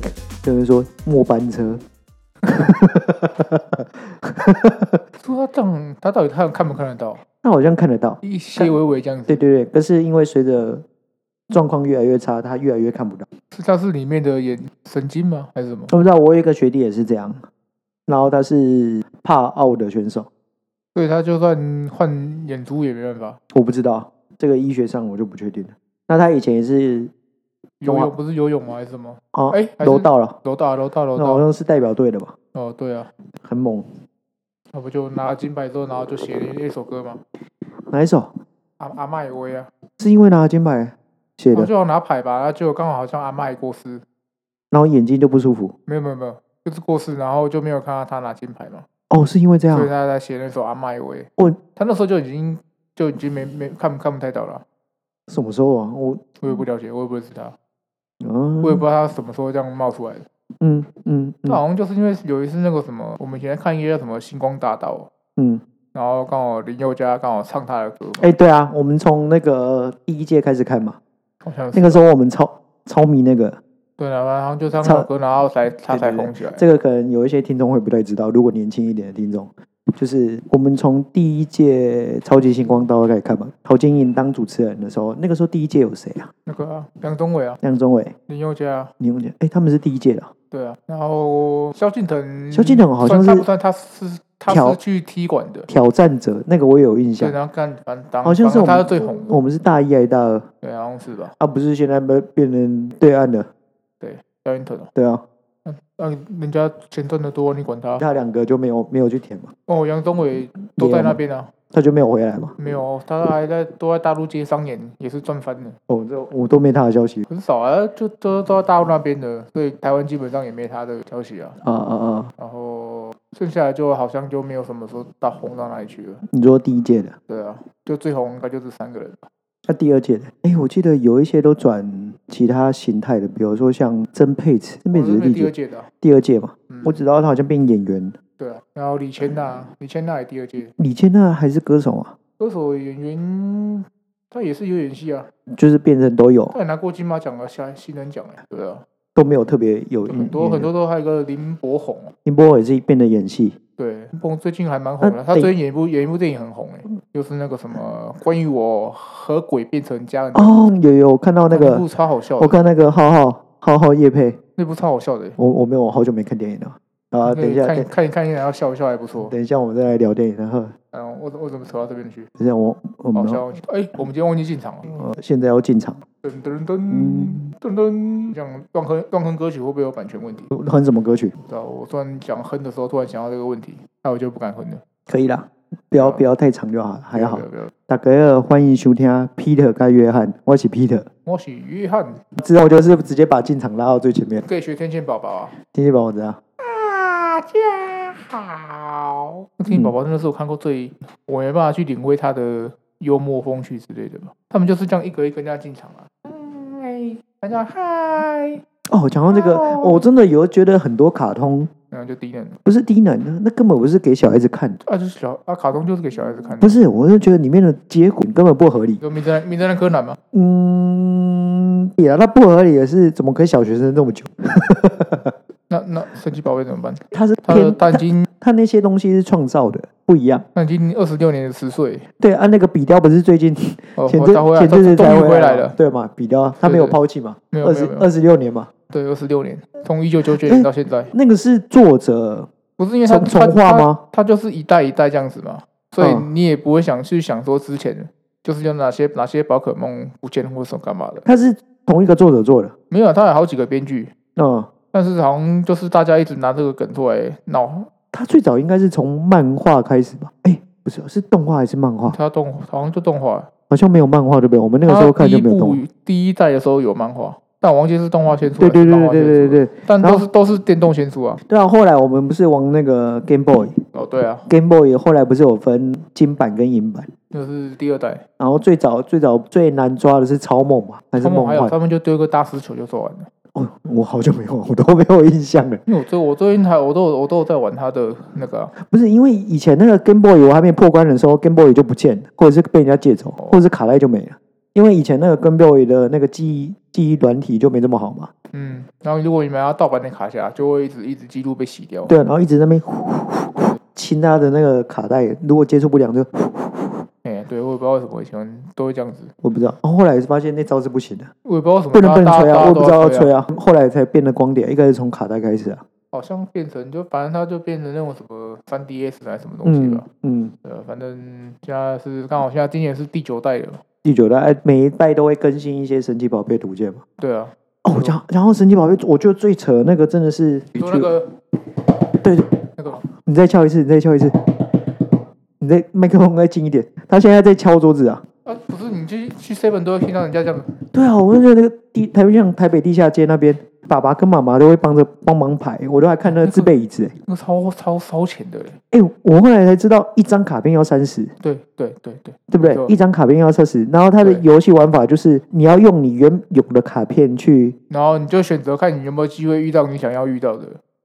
tag，就是说末班车。说他这样，他到底他看不看得到？那好像看得到，一些微微这样对子，对对。可是因为随着状况越来越差，他越来越看不到。是他是里面的眼神经吗？还是什么？我不知道，我有一个学弟也是这样，然后他是帕奥的选手，所以他就算换眼珠也没办法。我不知道这个医学上我就不确定了。那他以前也是游有啊泳不是游泳吗？还是什么？哦，哎还是楼道了，楼大楼大楼那好大。像是代表队的吧，哦，对啊，很猛。那不就拿了金牌之后，然后就写了一一首歌嘛，哪一首？阿阿麦威啊，是因为拿金牌写然后的，就要拿牌吧，然后就刚好好像阿麦过世，然后眼睛就不舒服。没有没有没有，就是过世，然后就没有看到他拿金牌嘛，哦，是因为这样所以，他在写那首阿麦威。哦，他那时候就已经就已经没没看看不太到了，什么时候啊？我，我也不了解，我也不认识他，嗯，我也不知道他什么时候这样冒出来的。嗯嗯他嗯好像就是因为有一次那个什么，我们以前看一个叫什么《星光大道嗯，》，然后刚好林宥嘉刚好唱他的歌嘛，哎、对啊，我们从那个第一届开始看嘛，好像是那个时候我们超超迷那个，对啊了，然后就唱那首歌，然后才他才红起来。这个可能有一些听众会不太知道，如果年轻一点的听众，就是我们从第一届超级星光大道开始看嘛，陶晶莹当主持人的时候，那个时候第一届有谁啊？那个啊，梁宗伟啊，梁宗伟、林宥嘉啊，林永杰，哎，他们是第一届的啊，对啊，然后萧敬腾，萧敬腾好像算他是不算他是他挑是去踢馆的，挑战者，那个我也有印对，象，然后干反当，好像是反我正他们是最红的，我们是大一还是大二对，好像是吧？啊？不是现在被变成对岸的，萧敬腾哦，对啊，让人家钱赚的多，你管他其？他两个就没有没有去填嘛，哦，杨宗纬都在那边啊，他就没有回来嘛。没有，他还在都在大陆接商演，也是赚翻的，哦，这我都没他的消息很少啊，就都都在大陆那边的，所以台湾基本上也没他的消息啊。啊啊啊！然后剩下来就好像就没有什么说到红到哪里去了，你说第一届的，对啊，就最红应该就这三个人吧。那第二届的，哎，我记得有一些都转其他形态的，比如说像曾沛慈，曾沛我慈是是第第二几？届的啊、第二届嘛。嗯，我只知道他好像变演员，对啊，然后李千娜，李千娜也第二届，李千娜还是歌手啊，歌手演员他也是有演戏啊，就是变成都有，他也拿过金马奖啊，新新人奖哎，对啊，都没有特别有很多很多。多都还有一个林柏宏啊，林波也是变得演戏，对，林柏宏最近还蛮红的，那他等最近演一部演一部电影很红嗯哎，就是那个什么关于我和鬼变成家人的哦，有有我看到那那个，部超好笑我的，看那个浩浩浩浩叶佩，那部超好笑的欸，我我没有，我好久没看电影了啊，可等以一下，看等看一看一眼，然后笑一笑还不错。等一下我们再来聊电影，然后嗯，我我怎么扯到这边去？等一下我我好们笑。哎，我们今天忘记进场了。呃现在要进场，噔噔嗯噔噔噔，这样乱哼乱哼歌曲会不会有版权问题？哼什么歌曲？对啊，我突然讲哼的时候，突然想到这个问题，那我就不敢哼了。可以啦，不要好不要太长就好，还好不。要不要，不要大家好，欢迎收听 Peter 跟约翰，我是 Peter。我是约翰，之后就是直接把进场拉到最前面，可以学天线宝宝啊。天气宝我知道。大家好，天线宝宝真的是我看过最，我没办法去领会他的幽默风趣之类的吧。他们就是这样一格一格这样进场啊。嗨，哎大家嗨，哦，讲到这个，哦我真的有觉得很多卡通然后就低能了。不是低能的，那根本不是给小孩子看的。啊，就是小啊，卡通就是给小孩子看的不。是，我是觉得里面的结果根本不合理。有名侦探名侦探柯南吗？嗯，也啊，那不合理的是，怎么可以小学生这么久？那那神奇宝贝怎么办？他是他偏他已他经他那些东西是创造的，不一样。他已经二十六年的十岁，对，啊按、那个笔雕不是最近哦，前我阵找回来，前阵子终才于回来了嘛了，，对嘛？笔雕他没有对对抛弃嘛，没有二没十嗯有没有，二十六年嘛。对，二十六年，从一九九九年到现在，那个是作者不是因为他重重画？吗？他他就是一代一代这样子嘛，所以嗯你也不会想去想说之前就是有哪些哪些宝可梦不见或者干嘛的，他是同一个作者做的，没有啊，他有好几个编剧，嗯，但是好像就是大家一直拿这个梗出来闹，他最早应该是从漫画开始吧？哎、不是，是动画还是漫画？他动好像就动画，好像没有漫画对不对？我们那个时候看就没有动画他第。一部第一代的时候有漫画，但我忘记是动画先出还对对是对漫对画先出对对对但都是都是电动先出啊。对啊！后来我们不是玩那个 Game Boy，Game 哦，对啊， Boy 后来不是有分金版跟银版，那是第二代。然后最早最早最难抓的是超梦嘛，还是他们梦还有幻？他们就丢一个大师球就做完了。哦，我好久没玩，我都没有印象了。因为我最我最近还我都有我都有在玩他的那个啊、不是因为以前那个 Game Boy 我还没破关的时候，Game Boy 就不见了，或者是被人家借走，哦或者是卡带就没了。因为以前那个 Game Boy 的那个记忆记忆软体就没这么好嘛，嗯，然后如果你买到盗版的卡夹，就会一直一直记录被洗掉。对啊，然后一直在那边呼呼呼亲他的那个卡带，如果接触不良就哎、对，我也不知道为什么以前都会这样子，我不知道。哦后来是发现那招是不行的，我也不知道为什么不能不能嗯大家吹大啊，家我也不知道都要要吹啊，啊。后来才变得光碟，一开始从卡带开始啊。好像变成就反正它就变成那种什么三 DS 还是什么东西嗯吧。嗯，呃，反正现在是刚好现在今年是第九代了。第九代哎每一代都会更新一些神奇宝贝图鉴嘛。对啊，哦，然然后神奇宝贝，我觉得最扯那个真的是，你说那个对，那个你再敲一次，你再敲一次，你再麦克风再近一点。他现在在敲桌子啊。啊，不是你去去 seven 都会听到人家这样，对啊，我就觉得那个地台北像台北地下街那边，爸爸跟妈妈都会帮着帮忙排，我都还看那个自备椅 子、欸。那个超超烧钱的欸。哎、我后来才知道一张卡片要三十，对对对对，对不对没？错一张卡片要三十，然后它的对游戏玩法就是你要用你原有的卡片去然后你就选择看你有没有机会遇到你想要遇到的。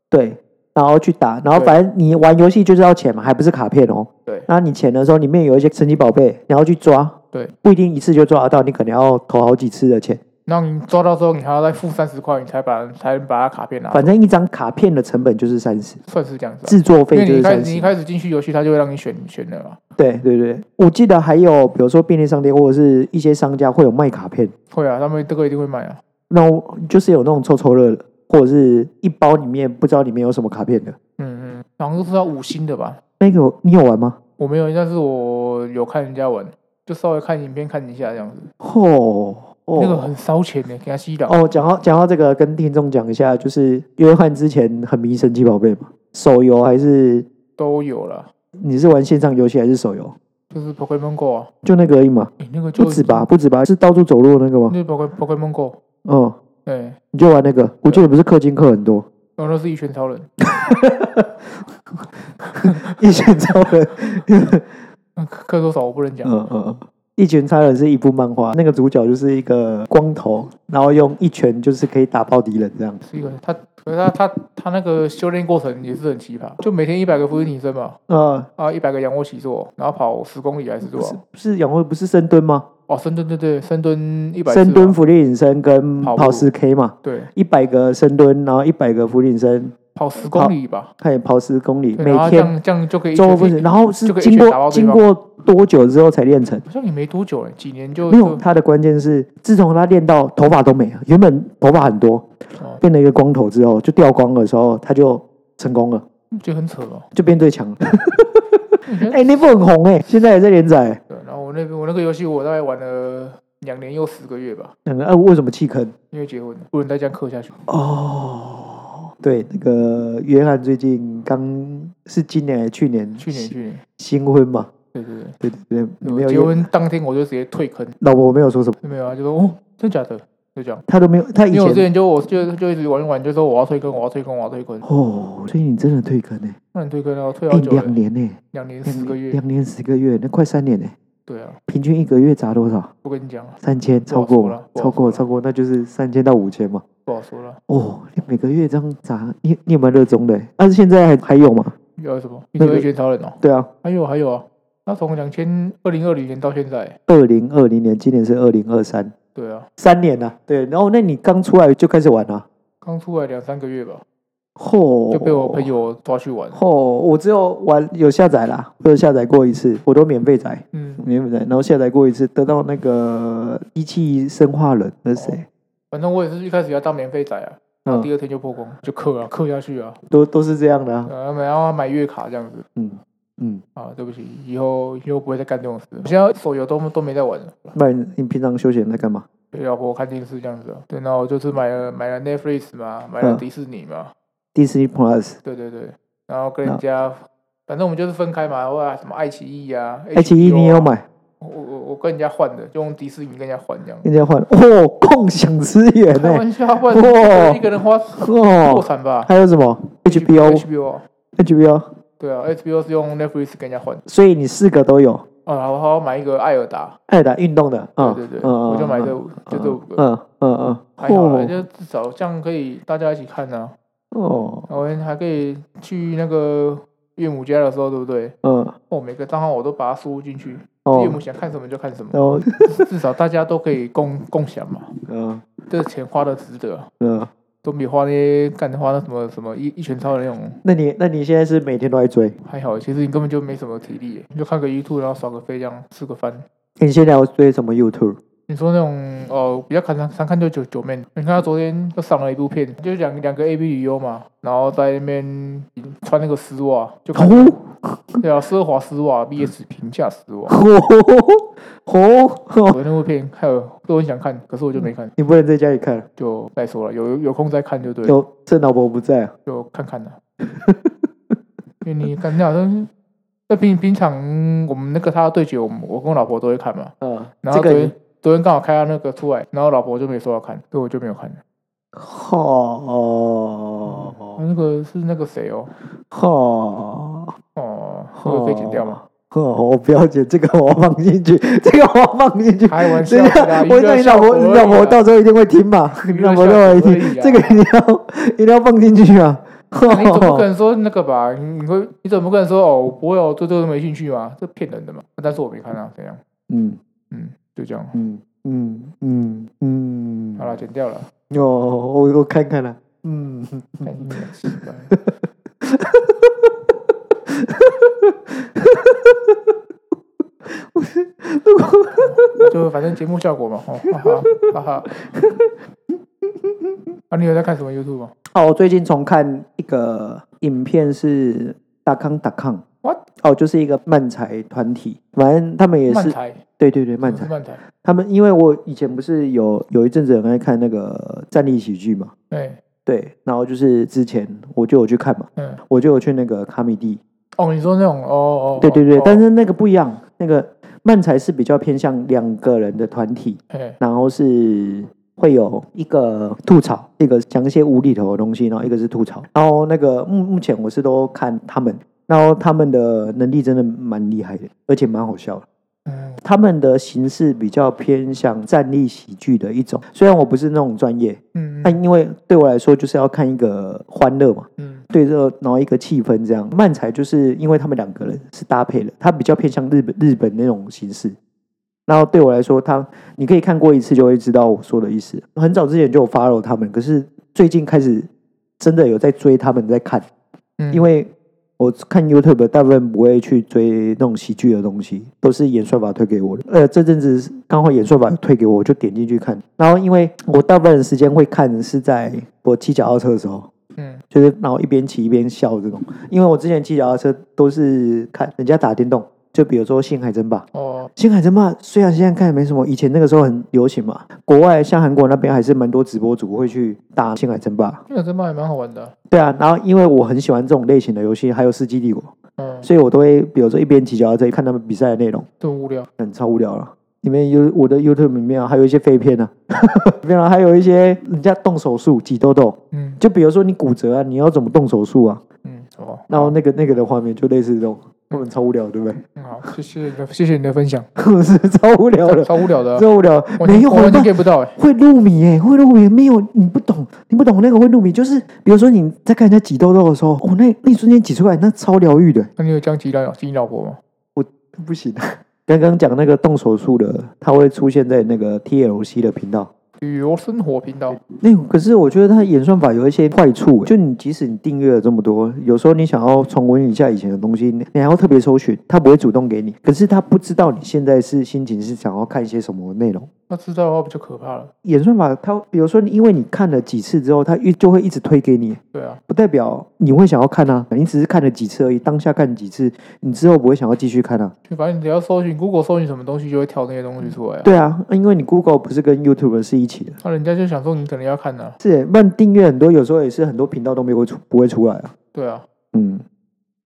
对，然后去打，然后对反正你玩游戏就是要钱嘛，还不是卡片哦。对那你钱的时候，里面有一些神奇宝贝，你要去抓，对，不一定一次就抓得到，你可能要投好几次的钱。然后你抓到之后，你还要再付三十块，你才把才能把它卡片拿走，反正一张卡片的成本就是三十，算是这样子啊、制作因费为就你一是开三始你一十。开始进去游戏，它就会让你选选的嘛。对对对，我记得还有比如说便利商店或者是一些商家会有卖卡片，会啊，他们这个一定会买啊。那我就是有那种抽抽乐的，或者是一包里面不知道里面有什么卡片的。嗯嗯，好像都是要五星的吧？那个有你有玩吗？我没有，但是我有看人家玩，就稍微看影片看一下这样子。哦哦，那个很烧钱的，给他吸掉。哦，讲到讲到这个，跟听众讲一下，就是约翰之前很迷神奇宝贝嘛，手游还是都有了，你是玩线上游戏还是手游？就是 Pokemon Go 啊，就那个而已嘛，诶那个就不止吧，？不止吧，是到处走路的那个吗？那 Poke Pokemon Go，嗯，对，你就玩那个，我记得不是氪金氪很多， 然后那是一拳超人，一拳超 人，嗯那氪多少我不能讲。嗯嗯嗯，一拳超人是一部漫画，那个主角就是一个光头，然后用一拳就是可以打爆敌人这样。是一个他，可是他他他那个修炼过程也是很奇葩，就每天一百个俯卧撑嘛，呃，啊，一百个仰卧起坐，然后跑十公里还是多不是少？不是仰卧不是深蹲吗？哦，深蹲对对，深蹲一百，啊深蹲、俯卧撑跟跑步跑十 K 嘛，对，一百个深蹲，然后一百个俯卧撑，跑十公里吧，看也跑十公里，对每然后这天样这样就可以一周不拳是，然后是就可以一经拳打过爆经对方过多久之后才练成？好像也没多久了，几年就没有，就他的关键是，自从他练到头发都没了，原本头发很多哦，变了一个光头之后，就掉光的时候，他就成功了，就很扯哦。就变最强了。我觉 得哎，那部很红哎，现在也在连载。对，然后我那边我那个游戏我大概玩了两年又十个月吧，嗯，啊，为什么弃坑？因为结婚了，不能再这样氪下去。哦，对，那个约翰最近刚是今年还是去年去年去年，新婚嘛？对对对对，对对，没我结有婚当天我就直接退坑，老婆没有说什么，没有啊，就说哦，真假的，就这样。他都没有，他以因为我之前前就我就就一直玩一玩，就说我要退坑，我要退坑，我要退坑，哦，所以你真的退坑呢？那你退坑了，退哎，好久两了，年呢，两年两十个年月，两年十个月，那快三年呢，欸对啊，平均一个月砸多少？我跟你讲啊，三千，超好过说吗了？不好超过，说超过，那就是三千到五千嘛。不好说了。哦，你每个月这样砸，你你有蛮热衷的欸，但是现在还还有吗？有什么？你那个说一拳超人哦，对啊，还有还有啊，那从两千二零二零年到现在，二零二零年，今年是二零二三，对啊，三年了、对，然后那你刚出来就开始玩了、啊，刚出来两三个月吧，嚯、就被我朋友抓去玩，嚯、哦我只有玩有下载啦，我有下载过一次，我都免费载，嗯，免费载，然后下载过一次，得到那个机器生化人，那是谁？反正我也是一开始要当免费仔啊，第嗯，二天就破功，就氪啊，氪下去啊，都都是这样的、啊，呃，然后买月卡这样子嗯嗯，啊，对不起，以后以后不会再干这种事。我现在手游都都没在玩了，不然你平常休闲在干嘛？陪老婆看电视这样子啊。对，然后我就是买了买了 Netflix 嘛，买了嗯迪士尼嘛， Disney Plus、对对对，然后跟人家，反正我们就是分开嘛，哇，什么爱奇艺啊，爱哎奇艺 HBO 啊你也有买，我我我跟人家换的，就用迪士尼跟人家换这样。人家换哦，共享资源开 呢、玩笑，不哇然一个人花破哦，产吧还有什么 HBO HBO HBO？对啊，HBO 是用 Netflix 跟人家换的。所以你四个都有，啊，然后还要买一个艾尔达，爱打运动的，嗯对对对，嗯嗯我就买这嗯五就这五个，嗯嗯还嗯，好啦，哦就至少这样可以大家一起看呢、哦，啊。我们还可以去那个岳母家的时候，对不对？嗯哦，每个账号我都把它输入进去，岳哦母，想看什么就看什么，然后至少大家都可以共共享嘛。嗯，这钱花的值得啊，嗯，总比花那些干花那什么什么一一拳超人那种那你那你现在是每天都在追？还好。其实你根本就没什么体力耶，你就看个 YouTube，然后耍个飞，这样吃个饭。你现在要追什么 YouTube？你说那种哦，比较常常看就九九妹，你看他昨天又上了一部片，就是两两个 A B 女优嘛，然后在那边穿那个丝袜，就看哦对啊，奢华丝袜 VS 平价丝袜。哦 哦哦！昨天那部片还有都很想看，可是我就没看，你不能在家里看，就再说了，有有空再看就对了，有趁老婆不在啊。就看看了。 因为你看，你好像那平平常我们那个他的对决，我们我跟我老婆都会看嘛，嗯，然这后昨个天昨天刚好开到那个出来，然后老婆就没说要看，所以我就没有看。好哦那个是那个谁哦，好哦，这个可以剪掉吗？哦，我不要剪这个，我放进去，这个我放进去。 开玩笑这个的啦，我让你老婆，你老婆到时候一定会听吧？娱你乐老婆都会效果而已听，啊这个你要一定要放进去啊！你总不可能说那个吧？你你会你怎么可能说哦？我不会哦，对这个没兴趣吗？这骗人的嘛！但是我没看啊，怎样？嗯嗯，就这样，嗯嗯嗯嗯，好了，剪掉了。哦，我我看看了，嗯，看一眼奇怪就反正节目效果嘛，哦，哈哈哈哈。啊，你有在看什么 YouTube 吗？哦，我最近重看一个影片是达康达康 What？哦，就是一个漫才团体，反正他们也漫是才，对对对漫什么才是，漫才，他们因为我以前不是有有一阵子很爱看那个站立喜剧嘛，哎，对，然后就是之前我就有去看嘛，嗯，我就有去那个卡米蒂，哦，你说那种，哦哦，对对对，哦但，是那个不一样，那个漫才是比较偏向两个人的团体，哎，然后是会有一个吐槽，一个讲一些无厘头的东西，然后一个是吐槽。然后那个目目前我是都看他们，然后他们的能力真的蛮厉害的，而且蛮好笑的。嗯，他们的形式比较偏向站立喜剧的一种，虽然我不是那种专业，嗯嗯但因为对我来说就是要看一个欢乐嘛，嗯，对热，然后一个气氛这样。漫才就是因为他们两个人是搭配的，它比较偏向日本日本那种形式。然后对我来说，他你可以看过一次就会知道我说的意思。很早之前就有 follow 他们，可是最近开始真的有在追他们在看，嗯因为我看 YouTube 大部分不会去追那种喜剧的东西，都是演算法推给我的。呃，这阵子刚好演算法推给我，我就点进去看。然后因为我大部分的时间会看是在我骑脚踏车的时候，嗯就是然后一边骑一边笑这种。因为我之前骑脚踏车都是看人家打电动，就比如说《星海争霸》。哦， 《星海争霸》虽然现在看也没什么，以前那个时候很流行嘛。国外像韩国那边还是蛮多直播主会去打《星海争霸》。那个真棒也蛮好玩的，对啊，然后因为我很喜欢这种类型的游戏，还有《世纪帝国》，嗯，所以我都会比如说一边骑脚踏车看他们比赛的内容，真无聊，很超无聊了。里面有我的 YouTube 里面啊，还有一些废片啊， 然后还有一些人家动手术挤痘痘，嗯就比如说你骨折啊，你要怎么动手术啊？嗯，哦，然后那个那个的画面就类似这种，他们超无聊，对不嗯好，谢谢你的，谢谢你的分享，对？ 是超无聊的，超无聊的啊，超无聊，完全没有我完全会 get 不到哎，会入迷哎、会入迷，没有你不懂，你不懂那个会入迷，就是比如说你在看人家挤痘痘的时候，哦，那那一瞬间挤出来，那超疗愈的、那你有讲吉老吉老婆吗？不行。 刚刚讲那个动手术的，它会出现在那个 TLC 的频道。旅游生活频道，那可是我觉得它演算法有一些坏处，欸就你即使你订阅了这么多，有时候你想要重温一下以前的东西，你你还要特别搜寻，它不会主动给你。可是它不知道你现在是心情是想要看一些什么内容。那知道的话不就可怕了？演算法它，比如说你因为你看了几次之后，它一就会一直推给你，对啊，不代表你会想要看啊，你只是看了几次而已，当下看几次，你之后不会想要继续看啊。就反正你只要搜寻 Google 搜寻什么东西，就会跳那些东西出来啊。对啊，因为你 Google 不是跟 YouTube 是一起的。那人家就想说你可能要看啊呢，是耶，欸不然订阅很多，有时候也是很多频道都没有出，不会出来啊。对啊，嗯，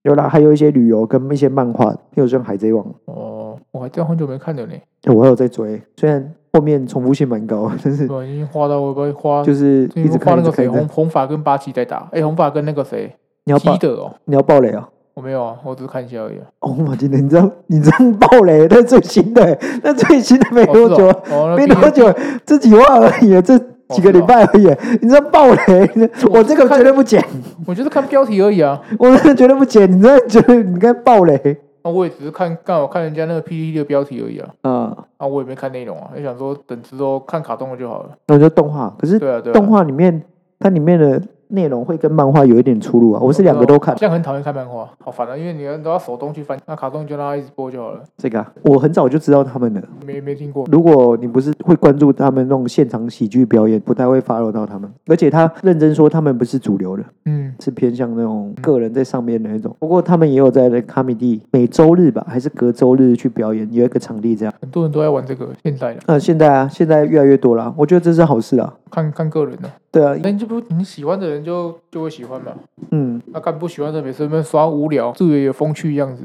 有啦，还有一些旅游跟一些漫画，譬如像《海贼王》哦，我还真很久没看了呢，欸，我还有在追，虽然后面重复性蛮高， 但是我已经花到我不会花，就是最一近直花看那一直看个谁一直看红红发跟八旗在打，哎，红发跟那个谁你要基爆德哦，你要爆雷啊！我没有啊，我只是看一下而已啊。哦，马今天你这样你这样爆雷，那最新的 欸，那最新的没哦多久，是哦哦 那没毕多竟久，这几万而已，这几个是礼哦拜而已，你这样爆 雷，我这个绝对不剪，我就是看标题而已啊。我这个绝对不剪，你这绝对你该爆雷。那、啊我也只是看刚好看人家那个 PPT 的标题而已啊，啊，啊，我也没看内容啊，也想说等之后看卡通了就好了。那我就动画，可是对啊，对啊，动画里面它里面的内容会跟漫画有一点出入啊。我是两个都看这样很讨厌看漫画，好烦啊！因为你要你都要手动去翻，那卡通就让它一直播就好了。这个、啊，我很早就知道他们了。没没听过，如果你不是会关注他们那种现场喜剧表演，不太会 follow 到他们。而且他认真说，他们不是主流的，嗯，是偏向那种个人在上面的那种。不过他们也有在那 comedy 每周日吧，还是隔周日去表演，有一个场地这样。很多人都在玩这个，现在的呃，现在啊，现在越来越多了，我觉得这是好事啊。看看个人的、啊，对啊，那你就不你喜欢的人就就会喜欢嘛，嗯，那、看不喜欢的每次那边刷无聊，自己有风趣样子，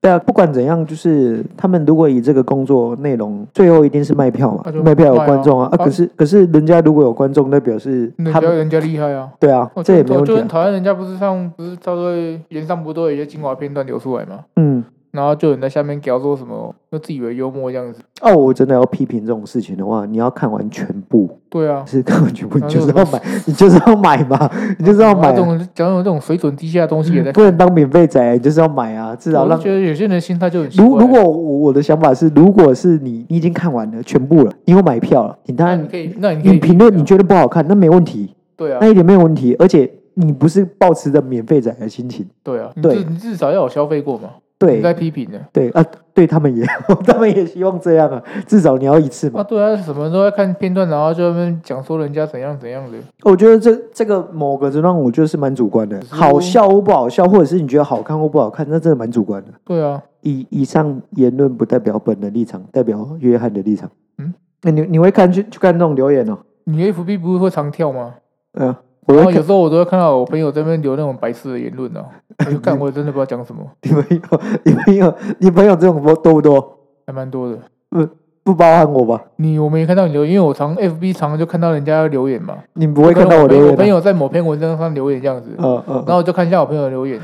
对啊，不管怎样，就是他们如果以这个工作内容，最后一定是卖票嘛那就，卖票有卖啊观众啊。啊，啊可是可是人家如果有观众，那表示人他家们人家厉害啊。对啊我，这也就没问就题很啊。讨厌人家不是上不是他会连上不都有一些精华片段流出来嘛，嗯，然后就有人在下面聊说什么，就自以为幽默这样子。哦，我真的要批评这种事情的话，你要看完全部，对啊，是看完全部，啊你就是那要种 买，你就是要买嘛， 你就是要然后买这啊、种讲这种水准低下的东西也在不能当免费仔，你就是要买啊，至少我让是。觉得有些人心态就很奇怪。如如果我我的想法是，如果是你，你已经看完了全部了，你有买票了，你当那然你可以，那你可以啊你评论你哎就觉得不好看，那没问题，对啊那，一点没有问题，而且你不是抱持着免费仔的心情，对啊，你对至你至少要有消费过嘛，你对在批评呢。对啊，对他们也， 他们也希望这样啊，至少你要一次嘛啊，。对啊，什么都在看片段，然后就在那边讲说人家怎样怎样的，我觉得这这个某个阶段，我觉得是哦蛮主观的，是好笑或不好笑，或者是你觉得好看或不好看，那真的蛮主观的。对啊，以以上言论不代表本人立场，代表约翰的立场。嗯嗯，那你你会看去去看那种留言哦？你 FB 不是会常跳吗？嗯、我然后会有看 时候我都会看到我朋友在那边留那种白痴的言论呢、啊，我就干，我真的不知道讲什么，你朋友，你朋友，你朋友这种多多不多？还蛮多的。不包含我吧？你我没看到你留言，因为我常 FB 常常就看到人家留言嘛，你不会看到可能我留我朋言友啊我朋的、友在某篇文章上留言这样子，嗯嗯然后我就看一下我朋友的留言，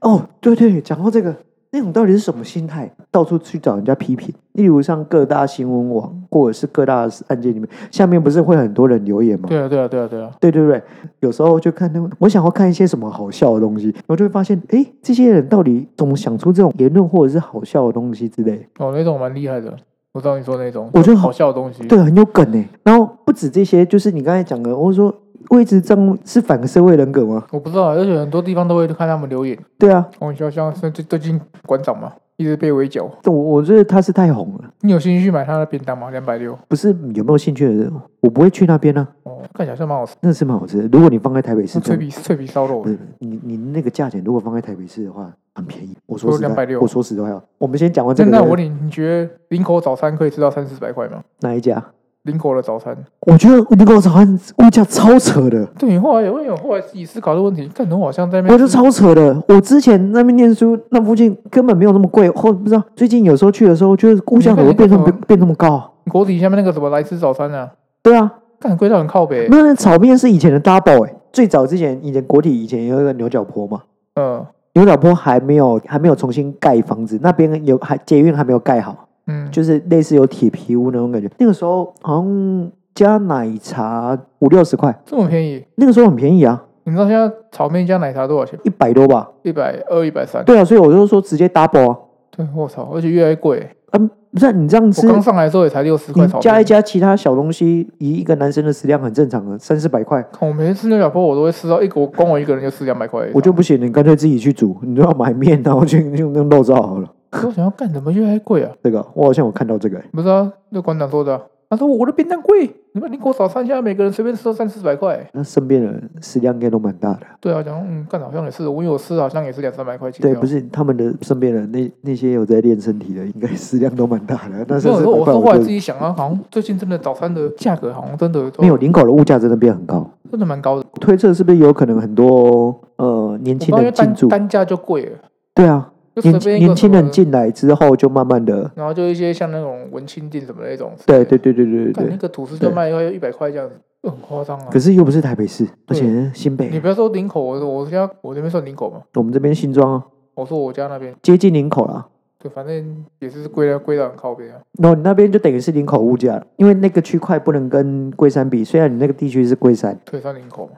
哦，对对，讲到这个，那种到底是什么心态？到处去找人家批评，例如像各大新闻网或者是各大案件里面，下面不是会很多人留言吗？对啊，对啊，对啊，对啊，对对对，有时候就看那，我想要看一些什么好笑的东西，我就会发现，哎，这些人到底怎么想出这种言论或者是好笑的东西之类的？哦，那种蛮厉害的，我知道你说那种，我觉得好好笑的东西，对，很有梗哎、然后不止这些，就是你刚才讲的，我说位置账是反社会人格吗？我不知道，而且很多地方都会看他们留言。哦对啊，我像像最最近馆长嘛，一直被围剿。我我觉得他是太红了，你有兴趣去买他的便当吗？两百六。不是有没有兴趣的人，我不会去那边啊呢、哦，看起来像蛮好吃，那是蛮好吃的。如果你放在台北市，是脆真的皮脆皮烧肉不。是你你那个价钱，如果放在台北市的话，很便宜。我说说实在， 260我说实在话，我们先讲完这那个。那我问你，你觉得林口早餐可以吃到三四百块吗？哪一家？林口的早餐，我觉得那个早餐物价超扯的，对，后来有有后来自己思考的问题，看我好像在那我边就超扯的。我之前那边念书，那附近根本没有那么贵，或不知道最近有时候去的时候，就是物价怎么变这么你看那个变这么高？国体下面那个什么来吃早餐啊，对啊，看贵到很靠北。没有那炒面是以前的 double 哎、最早之前以前国体以前有一个牛角坡嘛，嗯牛角坡还没有还没有重新盖房子，那边有还捷运还没有盖好。嗯，就是类似有铁皮屋那种感觉。那个时候好像加奶茶五六十块，这么便宜，那个时候很便宜啊，你知道现在炒面加奶茶多少钱？一百多吧。一百二、一百三。对啊，所以我就说直接 double 啊，对，我操，而且越来越贵。嗯，不是啊你这样吃我，刚上来的时候也才六十你块炒面。加一加其他小东西，以一个男生的食量很正常的，三四百块。看我每次吃牛角包，我都会吃到一个，我光我一个人就吃两百块。我就不行，你干脆自己去煮，你就要买面，然后去用用肉燥好了。可是我想要干，怎么越来越贵啊？这个我好像有看到这个、欸不是啊，那馆长说的啊、他说我的便当贵，你们林口早餐现在每个人随便吃都三四百块。那身边的人食量应该都蛮大的。对啊，讲嗯，干好像也是，我因为我吃好像也是两三百块钱。对，不是他们的身边的那那些有在练身体的，应该食量都蛮大的。啊那没三有四说，百我块是后我来就自己想啊，好像最近真的早餐的价格好像真的都没有林口的物价真的变很高。真的蛮高的。推测是不是有可能很多呃年我轻刚因为人进单驻？单价就贵了，对啊，就随年便一个呃年轻什么人，进来之后就慢慢的，然后就一些像那种文青店什么那种，对对，对对对干那对。个吐司就对卖要一百块这样子，就很夸张啊可。是又不是台北市，而对且新你北，不要说林口，我我家我那边算林口嘛，我们这边新庄啊，我说我家那边，接近林口啦。对，反正也是归到归到很靠边啊。然后你那边就等于是林口物价了，因为那个区块不能跟龟山比，虽然你那个地区是龟山，退山林口嘛，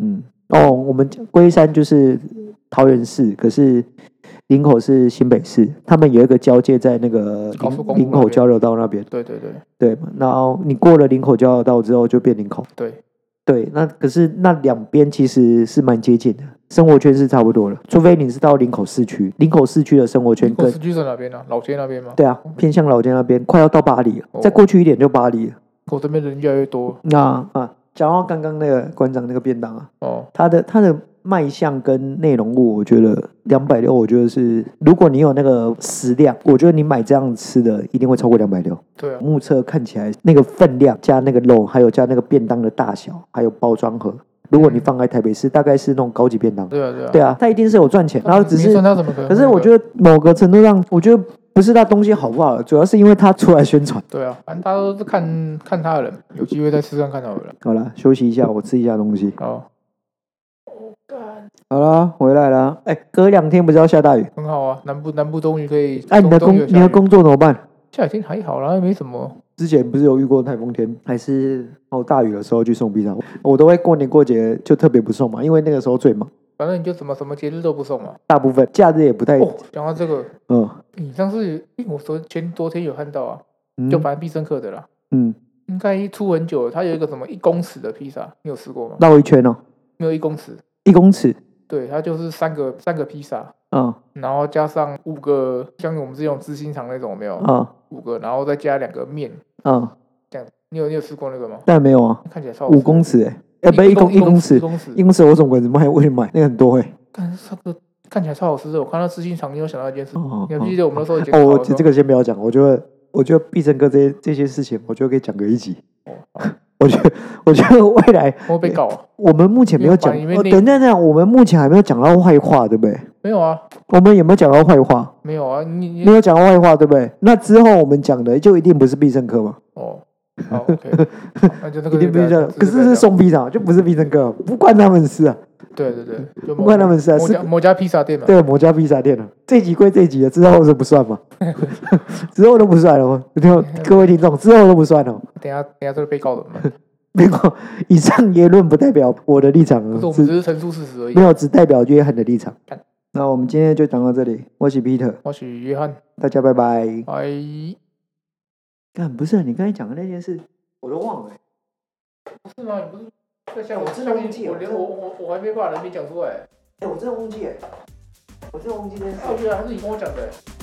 嗯，哦，我们龟山就是桃园市，可是林口是新北市，他们有一个交界在那个高速林公路林那口边交流道那边，对对对对。然后你过了林口交流道之后，就变林口。对，对，那可是那两边其实是蛮接近的，生活圈是差不多的，除非你是到林口市区，林口市区的生活圈公更司居在哪边呢、老街那边吗？对啊，偏向老街那边，快要到巴黎了，哦再过去一点就巴黎了。我这边人越来越多那啊，讲到刚刚那个馆长那个便当啊，哦，它的它的卖相跟内容物，我觉得两百六，我觉得是如果你有那个食量，我觉得你买这样吃的一定会超过两百六。对啊，目测看起来那个分量加那个肉，还有加那个便当的大小，还有包装盒，如果你放在台北市，大概是那种高级便当。对啊，对啊，嗯对啊，它一定是有赚钱，然后只没是算他怎么可能？可是我觉得某个程度上，我觉得不是它东西好不好，主要是因为它出来宣传。对啊，反正大家都是看看他的人，有机会再吃看看他的人。好了，休息一下，我吃一下东西。哦，好啦，回来啦。哎、隔两天不是要下大雨？很好啊，南部南部终于可以。哎、你的终工终于有你下雨的工作怎么办？下雨天还好啦，又没什么。之前不是有遇过台风天，还是哦大雨的时候去送披萨，我都会过年过节就特别不送嘛，因为那个时候最忙，反正你就怎么什么节日都不送嘛。大部分假日也不太、哦，讲到这个，嗯你上次因为我昨前昨天有看到啊，嗯就反正必胜客的啦，嗯应该出很久了。它有一个什么一公尺的披萨，你有吃过吗？绕一圈哦，没有一公尺，一公尺，对，它就是三个三个披萨，嗯然后加上五个像我们这种知心肠那种有没有嗯五个，然后再加两个面，嗯，你有你有吃过那个吗？但没有啊，看起来超好吃五公尺哎、哎、不是一公一公尺一，公尺一，公尺我总管怎么还会买？那个很多哎、看这个看起来超好吃的。我看到知心肠，你有想到一件事，哦你还记得我们那时候以前哦，我烤的时这候这个先不要讲，我觉得我觉得必胜哥这些这些事情，我觉得可以讲个一集。 我觉得我觉得未来会不会被告啊？我们目前没有讲，因为哦那等一下等一下，我们目前还没有讲到坏话，对不对？没有啊，我们有没有讲到坏话？没有啊，你你没有讲到坏话，对不对？那之后我们讲的就一定不是必胜客嘛，哦，好，OK，好那就 那一个定不是这就这样样。可是是送披萨，就不是必胜客，不关他们的事啊，对对对，就不某关他们的事啊，某是家某家披萨店嘛，对某家披萨店啊。这集归这集啊，之后就不算 嘛，之后都不算了哦。听我各位听众，之后都不算了哦。等一下等一下都是被告的嘛，没有，以上言论不代表我的立场可是我，只们只是陈述事实而已没。有只代表约翰的立场干。那我们今天就讲到这里，我是 Peter，我是约翰，大家拜拜。拜。干，不是你刚才讲的那件事，我都忘了、是吗？你不是在下午我真的忘记了我连我我我还没把人名讲出来。哎、我真的忘记哎、我真的忘记这件事哦，对啊，还是你跟我讲的欸。